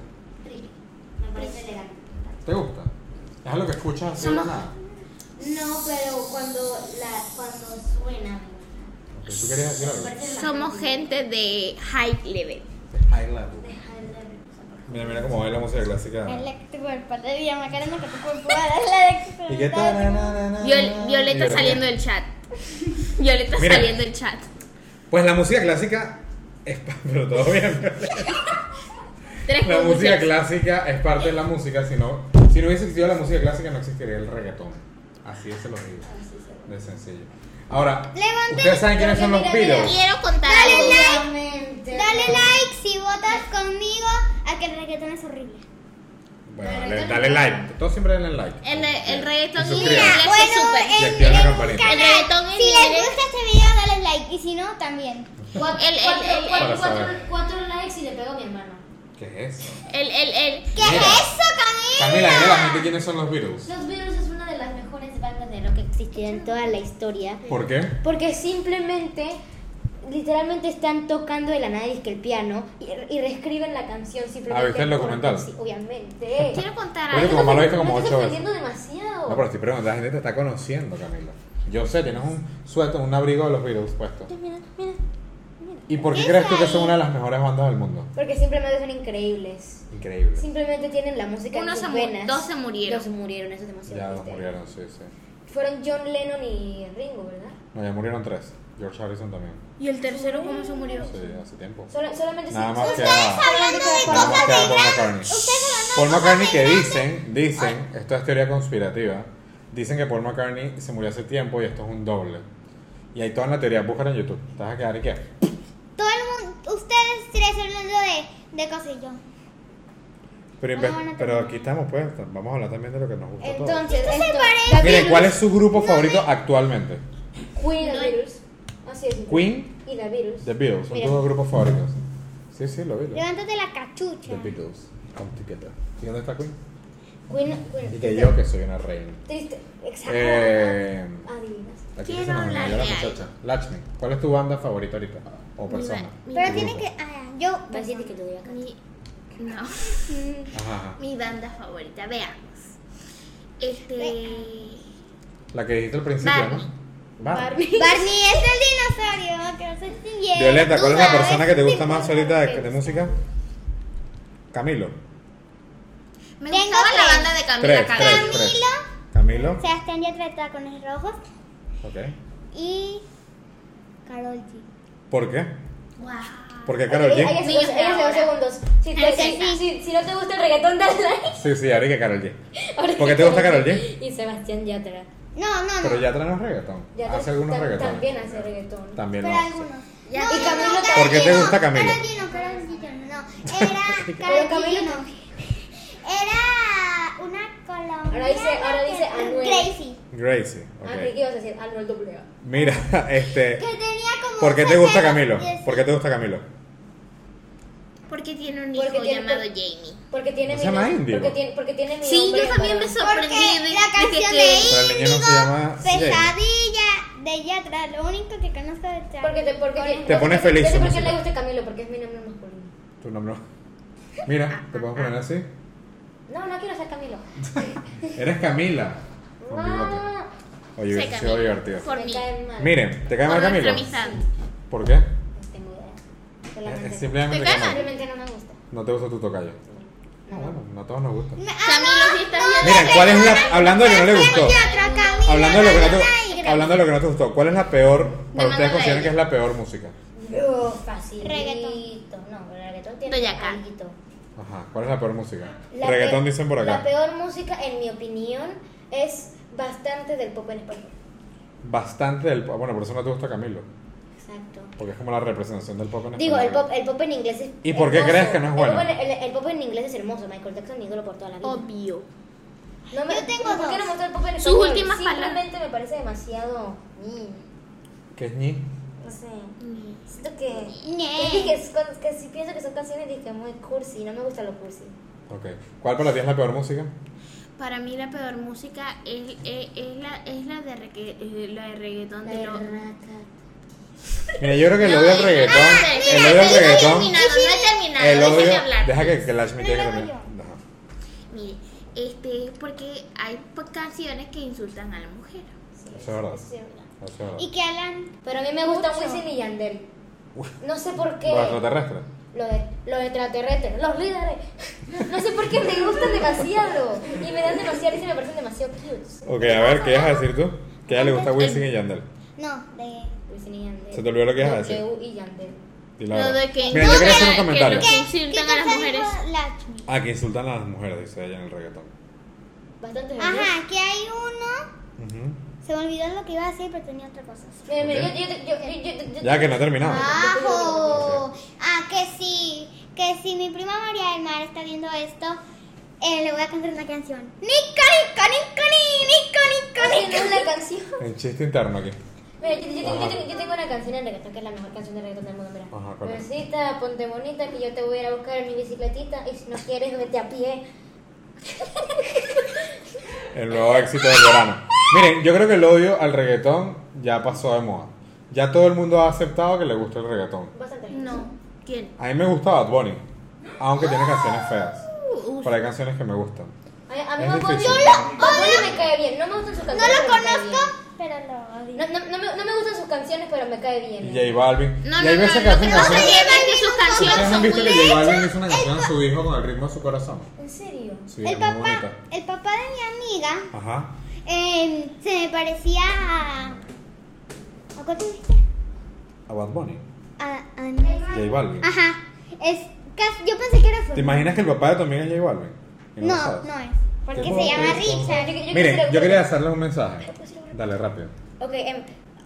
[SPEAKER 3] Me parece elegante.
[SPEAKER 2] ¿Te gusta? ¿Es algo que escuchas así de la nada?
[SPEAKER 3] No, pero cuando, la, cuando suena.
[SPEAKER 2] Ok, ¿Tú querías decir algo?
[SPEAKER 4] Somos gente de high level.
[SPEAKER 2] High level. Mira, mira cómo baila la música clásica.
[SPEAKER 1] Es la que tu cuerpo te diga, Macarena, que tu cuerpo va a dar la de
[SPEAKER 2] Y que tarararara.
[SPEAKER 4] Viol-
[SPEAKER 2] Y
[SPEAKER 4] Violeta
[SPEAKER 2] mira,
[SPEAKER 4] saliendo del chat. Violeta
[SPEAKER 2] Mira.
[SPEAKER 4] saliendo del chat.
[SPEAKER 2] Pues la música clásica es pa- pero todo bien.
[SPEAKER 4] Tres
[SPEAKER 2] La música
[SPEAKER 4] conclusiones.
[SPEAKER 2] clásica es parte de la música, si no, si no hubiese existido la música clásica no existiría el reggaetón. Así es, se lo digo. De sencillo. Ahora,
[SPEAKER 1] Levanten-
[SPEAKER 2] ustedes saben quiénes son los
[SPEAKER 1] Creo que mira,
[SPEAKER 2] Beatles.
[SPEAKER 4] Quiero contar
[SPEAKER 1] Dale
[SPEAKER 4] algo.
[SPEAKER 1] like. Dale like si votas conmigo a que el reggaetón es horrible.
[SPEAKER 2] Bueno, dale, dale like. Todos siempre denle like.
[SPEAKER 4] El, el reggaetón
[SPEAKER 2] Y suscríbanse.
[SPEAKER 4] en inglés es súper.
[SPEAKER 2] Y activen la campanita.
[SPEAKER 1] canal.
[SPEAKER 4] El reggaetón en
[SPEAKER 1] si les
[SPEAKER 4] inglés.
[SPEAKER 1] gusta este video, dale like. Y si no, también.
[SPEAKER 3] Cuatro,
[SPEAKER 4] El- el- el-
[SPEAKER 2] Para
[SPEAKER 3] cuatro, cuatro,
[SPEAKER 2] saber.
[SPEAKER 3] cuatro likes y le pego a mi hermano.
[SPEAKER 2] ¿Qué es eso?
[SPEAKER 4] El, el, el.
[SPEAKER 1] ¿Qué
[SPEAKER 2] Mira.
[SPEAKER 1] es eso, Camila?
[SPEAKER 2] Camila, dile a la gente quiénes son los Beatles.
[SPEAKER 3] Los Beatles es una de las mejores bandas de rock que existido en toda la historia.
[SPEAKER 2] ¿Por qué?
[SPEAKER 3] Porque simplemente, literalmente están tocando de la nada que el piano y, y reescriben la canción simplemente.
[SPEAKER 2] Ah, ¿viste el
[SPEAKER 3] porque
[SPEAKER 2] documental?
[SPEAKER 3] sí, obviamente.
[SPEAKER 4] Quiero contar
[SPEAKER 2] Oye,
[SPEAKER 4] algo.
[SPEAKER 2] como malo viste como
[SPEAKER 3] Me
[SPEAKER 2] ocho
[SPEAKER 3] estás
[SPEAKER 2] veces.
[SPEAKER 3] ofendiendo demasiado.
[SPEAKER 2] No, pero estoy preguntando, la gente te está conociendo, Camila. Yo sé, tienes un suéter, un abrigo de los Beatles puesto.
[SPEAKER 3] Mira, mira.
[SPEAKER 2] ¿Y por qué
[SPEAKER 1] ¿Qué
[SPEAKER 2] crees tú que
[SPEAKER 1] hay?
[SPEAKER 2] son una de las mejores bandas del mundo?
[SPEAKER 3] Porque simplemente son increíbles.
[SPEAKER 2] Increíble.
[SPEAKER 3] Simplemente tienen la música
[SPEAKER 4] Uno
[SPEAKER 3] en
[SPEAKER 4] se
[SPEAKER 3] sus
[SPEAKER 4] mu-
[SPEAKER 3] venas.
[SPEAKER 4] dos se murieron.
[SPEAKER 3] Dos se murieron, eso es demasiado
[SPEAKER 2] Ya dos
[SPEAKER 3] triste.
[SPEAKER 2] murieron, sí, sí.
[SPEAKER 3] Fueron John Lennon y Ringo, ¿verdad?
[SPEAKER 2] No, ya murieron tres. George Harrison también.
[SPEAKER 4] ¿Y el tercero cómo se murió?
[SPEAKER 2] Sí, hace tiempo.
[SPEAKER 3] Solo- solamente
[SPEAKER 2] Nada
[SPEAKER 3] se-
[SPEAKER 2] más
[SPEAKER 3] solo-
[SPEAKER 2] que nada.
[SPEAKER 1] Hablando de
[SPEAKER 2] Nada más
[SPEAKER 1] cosas
[SPEAKER 2] que
[SPEAKER 1] de
[SPEAKER 2] Paul
[SPEAKER 1] grandes.
[SPEAKER 2] McCartney.
[SPEAKER 1] Ustedes
[SPEAKER 2] Paul
[SPEAKER 1] hablando de
[SPEAKER 2] McCartney
[SPEAKER 1] cosas
[SPEAKER 2] que
[SPEAKER 1] de grandes.
[SPEAKER 2] dicen, dicen,
[SPEAKER 1] Ah.
[SPEAKER 2] esto es teoría conspirativa, dicen que Paul McCartney se murió hace tiempo y esto es un doble. Y hay toda la teoría, búscala en YouTube. Te vas a quedar y qué.
[SPEAKER 1] Todo el mundo, ustedes tres hablando de, de cosas y yo.
[SPEAKER 2] Pero,
[SPEAKER 1] Ah,
[SPEAKER 2] inve-
[SPEAKER 1] bueno,
[SPEAKER 2] pero
[SPEAKER 1] también.
[SPEAKER 2] aquí estamos pues, vamos a hablar también de lo que nos gusta a todos.
[SPEAKER 3] Entonces,
[SPEAKER 1] Esto se
[SPEAKER 3] esto-
[SPEAKER 1] parece-
[SPEAKER 3] The
[SPEAKER 2] Miren,
[SPEAKER 3] Beatles,
[SPEAKER 2] ¿cuál es su grupo favorito actualmente?
[SPEAKER 3] Queen y The
[SPEAKER 4] No.
[SPEAKER 3] Beatles. Así es.
[SPEAKER 2] Queen,
[SPEAKER 3] Y The Beatles.
[SPEAKER 2] The Beatles, son
[SPEAKER 3] Mira.
[SPEAKER 2] tus dos grupos favoritos. Sí, sí, lo vi.
[SPEAKER 1] Levántate la cachucha.
[SPEAKER 2] The Beatles, come together. ¿Y dónde está Queen?
[SPEAKER 3] Queen, Queen.
[SPEAKER 2] Y que yo que soy una reina.
[SPEAKER 3] Triste. Exacto.
[SPEAKER 2] Eh,
[SPEAKER 3] Adivinas.
[SPEAKER 2] aquí
[SPEAKER 4] Quiero
[SPEAKER 2] se nos
[SPEAKER 4] hablar
[SPEAKER 2] olvidó la
[SPEAKER 4] de algo.
[SPEAKER 2] muchacha. Lakshmi, ¿cuál es tu banda favorita ahorita? O persona.
[SPEAKER 4] Mi-
[SPEAKER 1] Pero
[SPEAKER 2] Tu
[SPEAKER 1] tiene que.
[SPEAKER 2] grupo.
[SPEAKER 1] Ah, yo.
[SPEAKER 3] Va a decirte que lo diga acá.
[SPEAKER 4] Mi, no.
[SPEAKER 2] Ajá, ajá.
[SPEAKER 4] Mi banda favorita, veamos. Este.
[SPEAKER 2] La que dijiste al principio, ¿no?
[SPEAKER 4] Barney.
[SPEAKER 2] Barney.
[SPEAKER 1] Barney es el dinosaurio que no se extinguió.
[SPEAKER 2] Violeta, ¿cuál es la
[SPEAKER 1] Tú sabes
[SPEAKER 2] persona que te gusta
[SPEAKER 1] si
[SPEAKER 2] más
[SPEAKER 1] tú
[SPEAKER 2] ahorita de,
[SPEAKER 1] sabes.
[SPEAKER 2] de música? Camilo.
[SPEAKER 4] Me
[SPEAKER 1] Tengo
[SPEAKER 4] gustaba
[SPEAKER 1] tres.
[SPEAKER 4] la banda de Camila
[SPEAKER 2] Tres, tres,
[SPEAKER 4] Cabello.
[SPEAKER 2] tres. Camilo.
[SPEAKER 1] Sebastián Yatra de tacones rojos
[SPEAKER 2] Ok.
[SPEAKER 1] y. Carol G.
[SPEAKER 2] ¿Por qué?
[SPEAKER 4] Wow.
[SPEAKER 2] ¿por qué Karol G.
[SPEAKER 3] Hay que hacer- hay que hacer dos segundos. Si, te- si-
[SPEAKER 4] Exacto.
[SPEAKER 3] si- si no te gusta el reggaetón, dale like.
[SPEAKER 2] Sí, sí, ahora hay que Karol G.
[SPEAKER 3] Ahora
[SPEAKER 2] ¿Por qué te gusta Karol G?
[SPEAKER 3] Y Sebastián Yatra.
[SPEAKER 1] No, no, no.
[SPEAKER 2] Pero ya trae reggaetón.
[SPEAKER 3] Yatra
[SPEAKER 2] Hace algunos
[SPEAKER 3] tam-
[SPEAKER 2] reggaetones.
[SPEAKER 3] También hace reggaetón.
[SPEAKER 2] También
[SPEAKER 1] Pero
[SPEAKER 2] lo hace.
[SPEAKER 1] algunos.
[SPEAKER 4] Ya.
[SPEAKER 1] No,
[SPEAKER 4] ¿Y
[SPEAKER 1] no,
[SPEAKER 3] Camilo
[SPEAKER 1] no,
[SPEAKER 2] ¿Por qué te
[SPEAKER 1] Karol G
[SPEAKER 2] gusta
[SPEAKER 1] no,
[SPEAKER 2] Camilo?
[SPEAKER 1] Karol G no, Karol G no, no. Era
[SPEAKER 3] Pero
[SPEAKER 1] Karol G
[SPEAKER 3] Camilo
[SPEAKER 1] no. Era una colombiana.
[SPEAKER 3] Ahora dice- ahora dice
[SPEAKER 1] que-
[SPEAKER 3] Anuel.
[SPEAKER 1] Crazy.
[SPEAKER 2] Gracie. ok.
[SPEAKER 3] Ah, creí que ibas a decir Anuel doble A.
[SPEAKER 2] Mira, este.
[SPEAKER 1] Que tenía como.
[SPEAKER 2] ¿Por qué te
[SPEAKER 1] 60,
[SPEAKER 2] gusta Camilo?
[SPEAKER 1] 10.
[SPEAKER 2] ¿Por qué te gusta Camilo?
[SPEAKER 4] Porque tiene un hijo
[SPEAKER 3] Porque tiene-
[SPEAKER 4] llamado Jamie.
[SPEAKER 3] Porque tiene
[SPEAKER 2] ¿No
[SPEAKER 3] mi
[SPEAKER 2] se llama
[SPEAKER 3] nom-
[SPEAKER 2] Indio?
[SPEAKER 3] Porque tiene, porque tiene mi
[SPEAKER 4] Sí,
[SPEAKER 3] nombre
[SPEAKER 4] yo también me
[SPEAKER 3] para-
[SPEAKER 4] sorprendí de,
[SPEAKER 1] Porque la
[SPEAKER 4] de que-
[SPEAKER 1] canción
[SPEAKER 4] que-
[SPEAKER 1] de
[SPEAKER 2] Pero el niño no se llama. Jay.
[SPEAKER 1] Pesadilla de Yatra. Lo único que conozco de Yatra.
[SPEAKER 3] Porque te, porque
[SPEAKER 2] Te pone feliz
[SPEAKER 3] Yo sé
[SPEAKER 2] su
[SPEAKER 3] por qué
[SPEAKER 2] música.
[SPEAKER 3] le gusta Camilo, porque es mi nombre masculino.
[SPEAKER 2] Tu nombre. Mira, te puedo poner así.
[SPEAKER 3] No, no quiero ser Camilo.
[SPEAKER 2] Eres Camila. Con bigote.
[SPEAKER 3] No,
[SPEAKER 2] Oye, hubiese
[SPEAKER 4] Se
[SPEAKER 2] sido
[SPEAKER 4] cambió.
[SPEAKER 2] divertido.
[SPEAKER 4] Por
[SPEAKER 3] Ah, me
[SPEAKER 4] mí.
[SPEAKER 3] cae mal.
[SPEAKER 2] Miren, ¿te cae mal
[SPEAKER 4] Por
[SPEAKER 2] Camilo?
[SPEAKER 4] nuestra amistad.
[SPEAKER 2] ¿Por qué?
[SPEAKER 3] No tengo idea. Solamente-
[SPEAKER 2] Es simplemente
[SPEAKER 4] ¿Te
[SPEAKER 2] que
[SPEAKER 4] cae
[SPEAKER 2] no.
[SPEAKER 3] Simplemente no me gusta.
[SPEAKER 2] No te gusta tu tocayo. Ah, bueno, no a todos nos gusta.
[SPEAKER 1] Me-
[SPEAKER 4] Camilo, si estás viendo.
[SPEAKER 2] Miren, ¿cuál es la. Hablando de que no le gustó.
[SPEAKER 1] Yatra, Camilo,
[SPEAKER 2] Hablando de, lo que no
[SPEAKER 1] Madonna y
[SPEAKER 2] te,
[SPEAKER 1] Crazy.
[SPEAKER 2] hablando de lo que no te gustó, ¿cuál es la peor, para
[SPEAKER 4] Demanda
[SPEAKER 2] ustedes
[SPEAKER 4] de
[SPEAKER 2] consideran
[SPEAKER 4] ella.
[SPEAKER 2] que es la peor música?
[SPEAKER 3] Oh, facilito.
[SPEAKER 1] Reggaetón.
[SPEAKER 3] No, pero reggaetón tiene
[SPEAKER 4] Doja Cat.
[SPEAKER 3] algo.
[SPEAKER 2] Ajá, ¿cuál es la peor música?
[SPEAKER 3] La
[SPEAKER 2] Reggaetón
[SPEAKER 3] pe-
[SPEAKER 2] dicen por
[SPEAKER 3] La
[SPEAKER 2] acá.
[SPEAKER 3] peor música, en mi opinión, es bastante del pop en español.
[SPEAKER 2] Bastante del pop, bueno, por eso no te gusta Camilo,
[SPEAKER 3] Exacto.
[SPEAKER 2] porque es como la representación del pop en
[SPEAKER 3] Digo, el
[SPEAKER 2] español.
[SPEAKER 3] pop, el pop en inglés es
[SPEAKER 2] pues, ¿Y por qué
[SPEAKER 3] hermoso.
[SPEAKER 2] crees que no es
[SPEAKER 3] El
[SPEAKER 2] bueno?
[SPEAKER 3] pop en- El, el pop en inglés es hermoso. Michael Jackson, mi ídolo por toda la vida.
[SPEAKER 4] Obvio.
[SPEAKER 3] No
[SPEAKER 1] Yo tengo
[SPEAKER 3] ¿Por qué
[SPEAKER 1] dos.
[SPEAKER 3] no mostró el pop en
[SPEAKER 4] Sus
[SPEAKER 3] español?
[SPEAKER 4] últimas palabras.
[SPEAKER 3] Simplemente me parece demasiado... mm.
[SPEAKER 2] ¿Qué es ñi?
[SPEAKER 3] No sé. Siento que.
[SPEAKER 1] Ñe.
[SPEAKER 3] Que, que, es cuando- que sí pienso que son canciones dije, muy cursi. No me gusta lo cursi.
[SPEAKER 2] Ok. ¿Cuál para ti es la peor música?
[SPEAKER 4] Para mí la peor música es, es, es la, es la, de regga- eh, la de reggaetón de los...
[SPEAKER 2] Mira, yo creo que el odio al reggaetón. el odio
[SPEAKER 4] no
[SPEAKER 2] al
[SPEAKER 4] he
[SPEAKER 2] reggaetón.
[SPEAKER 4] terminado, no he terminado,
[SPEAKER 2] El
[SPEAKER 4] déjame
[SPEAKER 2] odio.
[SPEAKER 4] hablar.
[SPEAKER 2] Deja que, que Lash me tiene que
[SPEAKER 1] Primero
[SPEAKER 2] terminar. Ajá.
[SPEAKER 4] Mire, este, porque hay po- canciones que insultan a la mujer.
[SPEAKER 2] Eso es verdad.
[SPEAKER 3] Sí, es verdad.
[SPEAKER 2] Eso es verdad.
[SPEAKER 1] Y que hablan.
[SPEAKER 3] Pero a mí me gusta
[SPEAKER 1] Mucho.
[SPEAKER 3] Wisin y Yandel.
[SPEAKER 2] Uy.
[SPEAKER 3] No sé por qué.
[SPEAKER 2] Los extraterrestres.
[SPEAKER 3] Los, de, los extraterrestres, los líderes. No sé por qué me gustan demasiado. Y me dan demasiado y se me parecen demasiado cute.
[SPEAKER 2] Ok, a ver, ¿qué ibas a decir tú? Que a ella le gusta Wisin y Yandel.
[SPEAKER 1] No, de.
[SPEAKER 3] Wisin y Yandel.
[SPEAKER 2] Se te olvidó lo que ibas a decir.
[SPEAKER 3] Yo y Yandel.
[SPEAKER 2] Di la
[SPEAKER 4] Lo
[SPEAKER 2] verdad.
[SPEAKER 4] de que,
[SPEAKER 2] Mira, yo quería hacer un
[SPEAKER 4] que-
[SPEAKER 2] comentario.
[SPEAKER 4] Que, los que insultan a las
[SPEAKER 1] cosa
[SPEAKER 4] mujeres.
[SPEAKER 1] dijo Lakshmi?
[SPEAKER 2] Ah, que insultan a las mujeres, dice ella en el reggaetón.
[SPEAKER 3] Bastante
[SPEAKER 1] Ajá, que hay uno.
[SPEAKER 2] Ujú.
[SPEAKER 1] Se me olvidó lo que iba a decir, pero tenía otra cosa.
[SPEAKER 3] Mira, mira,
[SPEAKER 2] Ok.
[SPEAKER 3] yo, yo, yo, yo, yo- yo-
[SPEAKER 2] Ya que no terminamos.
[SPEAKER 4] Ah.
[SPEAKER 1] ¡Ajo! Ah, que sí. Que si mi prima María del Mar está viendo esto, eh, le voy a cantar una canción. ¡Nico, nico, nico, nico, nico,
[SPEAKER 3] Ay,
[SPEAKER 1] nico!
[SPEAKER 3] no, Ah, una canción.
[SPEAKER 2] El chiste interno aquí.
[SPEAKER 3] Mira, yo, yo- yo- yo
[SPEAKER 2] Ajá.
[SPEAKER 3] tengo- yo tengo una canción en reggaetón que es la mejor canción de reggaetón del mundo. Mira,
[SPEAKER 2] Ajá, ¿cuál es?
[SPEAKER 3] Bebecita, ponte bonita que yo te voy a ir a buscar en mi bicicletita y si no quieres, vete a pie.
[SPEAKER 2] El nuevo éxito del verano. Miren, yo creo que el odio al reggaetón ya pasó de moda. Ya todo el mundo ha aceptado que le gusta el reggaetón.
[SPEAKER 3] Bastante.
[SPEAKER 4] No, ¿quién?
[SPEAKER 2] A mí me gusta Bad Bunny, aunque tiene canciones feas.
[SPEAKER 4] Uf.
[SPEAKER 2] Pero hay canciones que me gustan.
[SPEAKER 3] A, a mí
[SPEAKER 2] Es
[SPEAKER 3] me
[SPEAKER 2] difícil.
[SPEAKER 3] gusta.
[SPEAKER 2] Yo
[SPEAKER 3] Bad Bunny me cae bien. No me gustan sus
[SPEAKER 1] No
[SPEAKER 3] canciones.
[SPEAKER 1] lo
[SPEAKER 3] pero me cae
[SPEAKER 1] conozco, pero lo
[SPEAKER 3] bien.
[SPEAKER 1] odio.
[SPEAKER 3] No, no, no, me, no me gustan sus canciones, pero me cae
[SPEAKER 2] Y
[SPEAKER 3] bien.
[SPEAKER 2] J Balvin.
[SPEAKER 4] No,
[SPEAKER 2] y
[SPEAKER 4] no,
[SPEAKER 2] hay
[SPEAKER 4] no,
[SPEAKER 2] veces que
[SPEAKER 4] no
[SPEAKER 2] hacen
[SPEAKER 4] creo- no
[SPEAKER 2] canciones.
[SPEAKER 4] se llevan
[SPEAKER 1] que
[SPEAKER 4] que sus canciones
[SPEAKER 2] ¿Ustedes han
[SPEAKER 4] son
[SPEAKER 2] visto
[SPEAKER 4] muy
[SPEAKER 2] que J Balvin hizo una canción a su hijo con el ritmo de su corazón?
[SPEAKER 3] ¿En serio?
[SPEAKER 2] Sí,
[SPEAKER 1] El
[SPEAKER 2] muy
[SPEAKER 1] papá,
[SPEAKER 2] bonita.
[SPEAKER 1] el papá de mi amiga
[SPEAKER 2] Ajá.
[SPEAKER 1] eh, se me parecía a. ¿A cuál te dijiste?
[SPEAKER 2] A Bad Bunny.
[SPEAKER 1] A, a Daniel.
[SPEAKER 2] J Balvin.
[SPEAKER 1] Ajá. Es, casi- yo pensé que era su.
[SPEAKER 2] ¿Te imaginas que el papá de tu amiga es J Balvin? Y lo
[SPEAKER 1] No,
[SPEAKER 2] sabes.
[SPEAKER 1] no es.
[SPEAKER 2] Qué
[SPEAKER 1] Porque se llama
[SPEAKER 2] bonito.
[SPEAKER 1] Richard.
[SPEAKER 3] Yo- yo- yo
[SPEAKER 2] Oh, Miren,
[SPEAKER 3] quisiera-
[SPEAKER 2] yo quería hacerles un mensaje.
[SPEAKER 3] Yo quisiera-
[SPEAKER 2] Dale, rápido.
[SPEAKER 3] Ok, em,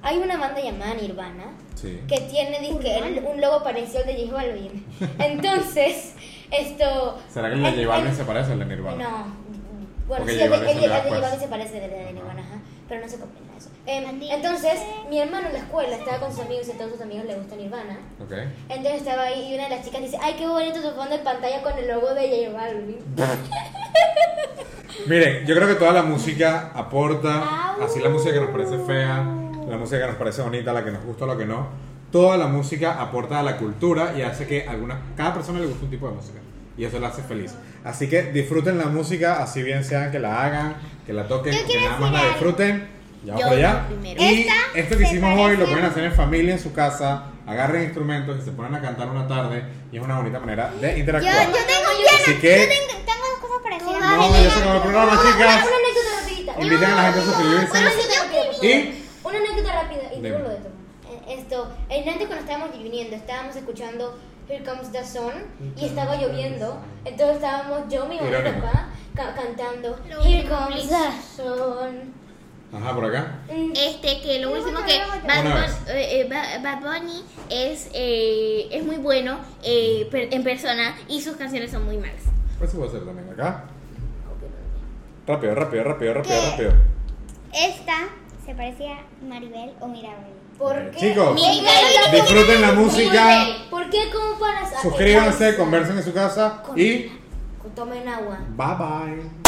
[SPEAKER 3] hay una banda llamada Nirvana
[SPEAKER 2] Sí.
[SPEAKER 3] que tiene dizque, el- un logo parecido al de J Balvin. Entonces, esto.
[SPEAKER 2] ¿Será que el de J Balvin se parece al de Nirvana?
[SPEAKER 3] No. Bueno,
[SPEAKER 2] Porque J
[SPEAKER 3] sí, el de- el
[SPEAKER 2] Balvin
[SPEAKER 3] de
[SPEAKER 2] se
[SPEAKER 3] el
[SPEAKER 2] le
[SPEAKER 3] de
[SPEAKER 2] da
[SPEAKER 3] J
[SPEAKER 2] fuerza.
[SPEAKER 3] Balvin se parece al de la de Nirvana, ajá. Pero no se combina eso. Em,
[SPEAKER 1] Andy,
[SPEAKER 3] entonces,
[SPEAKER 1] ¿qué?
[SPEAKER 3] mi hermano en la escuela estaba con sus amigos y a todos sus amigos les gusta Nirvana.
[SPEAKER 2] Ok.
[SPEAKER 3] Entonces estaba ahí y una de las chicas dice: Ay, qué bonito tu fondo de pantalla con el logo de J Balvin.
[SPEAKER 2] Miren, yo creo que toda la música aporta, así la música que nos parece fea, la música que nos parece bonita, la que nos gusta, la que no. Toda la música aporta a la cultura y hace que alguna, cada persona le guste un tipo de música. Y eso la hace feliz. Así que disfruten la música, así bien sean que la hagan, que la toquen,
[SPEAKER 1] Yo
[SPEAKER 2] que
[SPEAKER 1] quiero
[SPEAKER 2] nada más
[SPEAKER 1] decir
[SPEAKER 2] la
[SPEAKER 1] algo.
[SPEAKER 2] disfruten. Ya vamos
[SPEAKER 4] Yo
[SPEAKER 2] para allá.
[SPEAKER 4] no, primero.
[SPEAKER 2] Y
[SPEAKER 1] Esta
[SPEAKER 2] esto que
[SPEAKER 1] se
[SPEAKER 2] hicimos hoy lo
[SPEAKER 1] parece-
[SPEAKER 2] pueden hacer en familia, en su casa. Agarren instrumentos y se ponen a cantar una tarde. Y es una bonita manera de
[SPEAKER 1] Yo, yo
[SPEAKER 2] interactuar.
[SPEAKER 1] tengo,
[SPEAKER 2] Así
[SPEAKER 1] yo,
[SPEAKER 2] que-
[SPEAKER 1] yo tengo, tengo dos cosas parecidas.
[SPEAKER 2] No, ya se acabó el programa,
[SPEAKER 3] Una,
[SPEAKER 2] chicas.
[SPEAKER 3] una anécdota rapidita. una-
[SPEAKER 2] Inviten a la gente a suscribirse.
[SPEAKER 3] Una anécdota rápida.
[SPEAKER 2] ¿Y?
[SPEAKER 3] Una anécdota rápida. Y
[SPEAKER 2] Dime.
[SPEAKER 3] tú lo de tu mamá. Eh, Esto, en antes cuando estábamos viniendo, estábamos escuchando Here Comes the Sun y estaba lloviendo. Entonces estábamos yo, mi mamá y
[SPEAKER 2] Irónico.
[SPEAKER 3] papá ca- cantando
[SPEAKER 4] Lo
[SPEAKER 3] Here
[SPEAKER 4] último,
[SPEAKER 3] Comes the Sun.
[SPEAKER 2] Ajá, por acá.
[SPEAKER 3] Mm,
[SPEAKER 4] Este, que lo
[SPEAKER 1] Luego
[SPEAKER 4] último
[SPEAKER 1] yo,
[SPEAKER 4] que
[SPEAKER 1] luego yo.
[SPEAKER 4] Bad,
[SPEAKER 2] Una
[SPEAKER 4] Bun-
[SPEAKER 2] vez.
[SPEAKER 4] eh, eh, Ba- Bad Bunny es, eh, es muy bueno eh, per- en persona y sus canciones son muy malas.
[SPEAKER 2] Eso puede ser también acá. Rápido, rápido, rápido, rápido,
[SPEAKER 1] ¿Qué?
[SPEAKER 2] rápido.
[SPEAKER 1] Esta se parecía a Maribel o Mirabel.
[SPEAKER 3] ¿Por qué?
[SPEAKER 2] Eh, Chicos,
[SPEAKER 4] Miguel,
[SPEAKER 2] disfruten la música,
[SPEAKER 3] ¿Por qué comparas a-
[SPEAKER 2] suscríbanse, conversen en su casa
[SPEAKER 3] Con-
[SPEAKER 2] y
[SPEAKER 3] Tomen agua.
[SPEAKER 2] bye bye.